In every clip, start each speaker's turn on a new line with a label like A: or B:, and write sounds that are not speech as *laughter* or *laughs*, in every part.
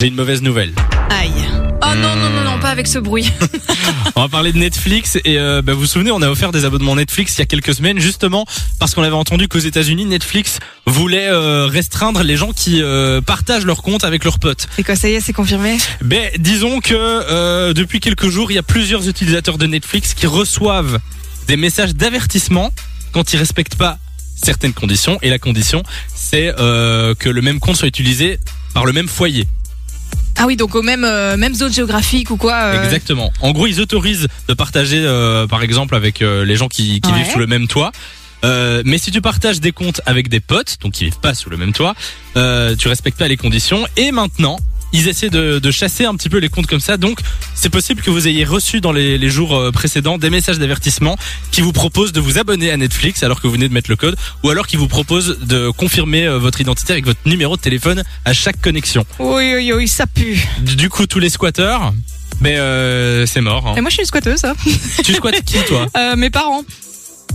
A: J'ai une mauvaise nouvelle.
B: Aïe. Oh non, non, non, non, pas avec ce *laughs* bruit.
A: On va parler de Netflix et euh, bah, vous vous souvenez, on a offert des abonnements Netflix il y a quelques semaines justement parce qu'on avait entendu qu'aux États-Unis, Netflix voulait euh, restreindre les gens qui euh, partagent leur compte avec leurs potes.
B: C'est quoi, ça y est, c'est confirmé
A: Ben disons que euh, depuis quelques jours, il y a plusieurs utilisateurs de Netflix qui reçoivent des messages d'avertissement quand ils respectent pas certaines conditions et la condition c'est euh, que le même compte soit utilisé par le même foyer.
B: Ah oui, donc aux mêmes, euh, mêmes zones géographiques ou quoi euh,
A: Exactement. En gros, ils autorisent de partager, euh, par exemple, avec euh, les gens qui, qui
B: Ouais.
A: vivent sous le même toit. Euh, mais si tu partages des comptes avec des potes, donc qui vivent pas sous le même toit, euh, tu respectes pas les conditions. Et maintenant, ils essaient de, de chasser un petit peu les comptes comme ça. Donc, c'est possible que vous ayez reçu dans les, les jours euh, précédents des messages d'avertissement qui vous proposent de vous abonner à Netflix alors que vous venez de mettre le code, ou alors qui vous proposent de confirmer euh, votre identité avec votre numéro de téléphone à chaque connexion.
B: Oui, oui, oui, ça pue.
A: Du du coup, tous les squatteurs, mais euh, c'est mort. hein.
B: Et moi, je suis une squatteuse, hein.
A: Tu squattes qui toi
B: Euh, mes parents.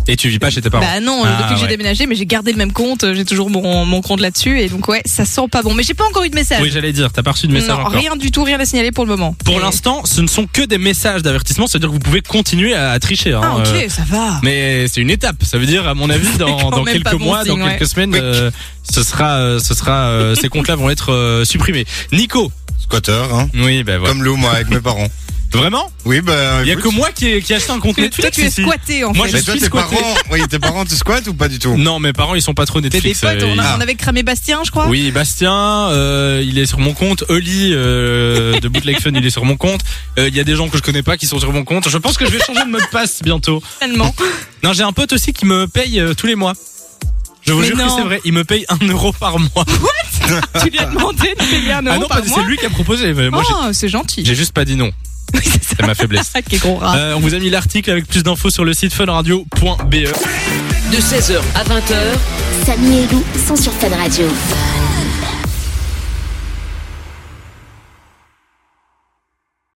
A: Et tu vis pas chez tes parents
B: Bah non,
A: Ah,
B: depuis que j'ai
A: ouais.
B: déménagé, mais j'ai gardé le même compte, euh, j'ai toujours mon, mon compte là-dessus, et donc ouais, ça sent pas bon. Mais j'ai pas encore eu de message.
A: Oui, j'allais dire, t'as pas reçu de message
B: Bah, non,
A: encore.
B: rien du tout, rien à signaler pour le moment.
A: Pour
B: Et-
A: l'instant, ce ne sont que des messages d'avertissement, c'est-à-dire que vous pouvez continuer à, à tricher. hein,
B: Ah ok,
A: euh,
B: ça va.
A: mais c'est une étape. Ça veut dire, à mon
B: *laughs*
A: avis, dans,
B: quand
A: dans
B: même
A: quelques
B: pas bon
A: mois, dans
B: signe, ouais.
A: quelques semaines, euh, ce sera, euh, ce sera,
B: *laughs*
A: euh, ces comptes-là vont être euh, supprimés. Nico.
C: Squatter, hein.
A: Oui, ben voilà.
C: Comme Lou, moi, avec mes parents.
A: Vraiment
C: Oui, bah.
A: Il y a
C: écoute.
A: que moi qui ai, qui ai acheté un compte
B: Tu- Toi,
A: Netflix
B: tu es
A: ici.
B: squatté en
A: Moi,
B: fait.
A: je
C: Mais toi,
A: suis
C: tes
A: squatté.
C: parents, oui, tes parents, tu squattes ou pas du tout
A: Non, mes parents, ils sont pas trop
B: T'es des
A: Netflix.
B: potes,
A: euh,
B: on, a-
C: Ah.
B: on avait cramé Bastien, je crois.
A: Oui, Bastien, euh, il est sur mon compte. Oli euh, de Bootleg Fun, il est sur mon compte. Euh, Il y a des gens que je connais pas qui sont sur mon compte. Je pense que je vais changer de mot de passe bientôt. *laughs*
B: Finalement.
A: Non, j'ai un pote aussi qui me paye euh, tous les mois. Je vous
B: Mais
A: jure que
B: non.
A: c'est vrai, il me paye un euro par mois.
B: tu lui as demandé de payer un euro
A: ah non,
B: par
A: pas-
B: mois.
A: c'est lui qui a proposé. mais Moi, j'ai-
B: Oh, c'est gentil.
A: j'ai juste pas dit non.
B: Oui, c'est ça.
A: C'est ma
B: *laughs*
A: faiblesse.
B: Ah, quel gros rat.
A: Euh, on vous a mis l'article avec plus d'infos sur le site E. funradio.be.
D: de 16h à 20h.
E: Samy et Lou sont sur Fan Radio.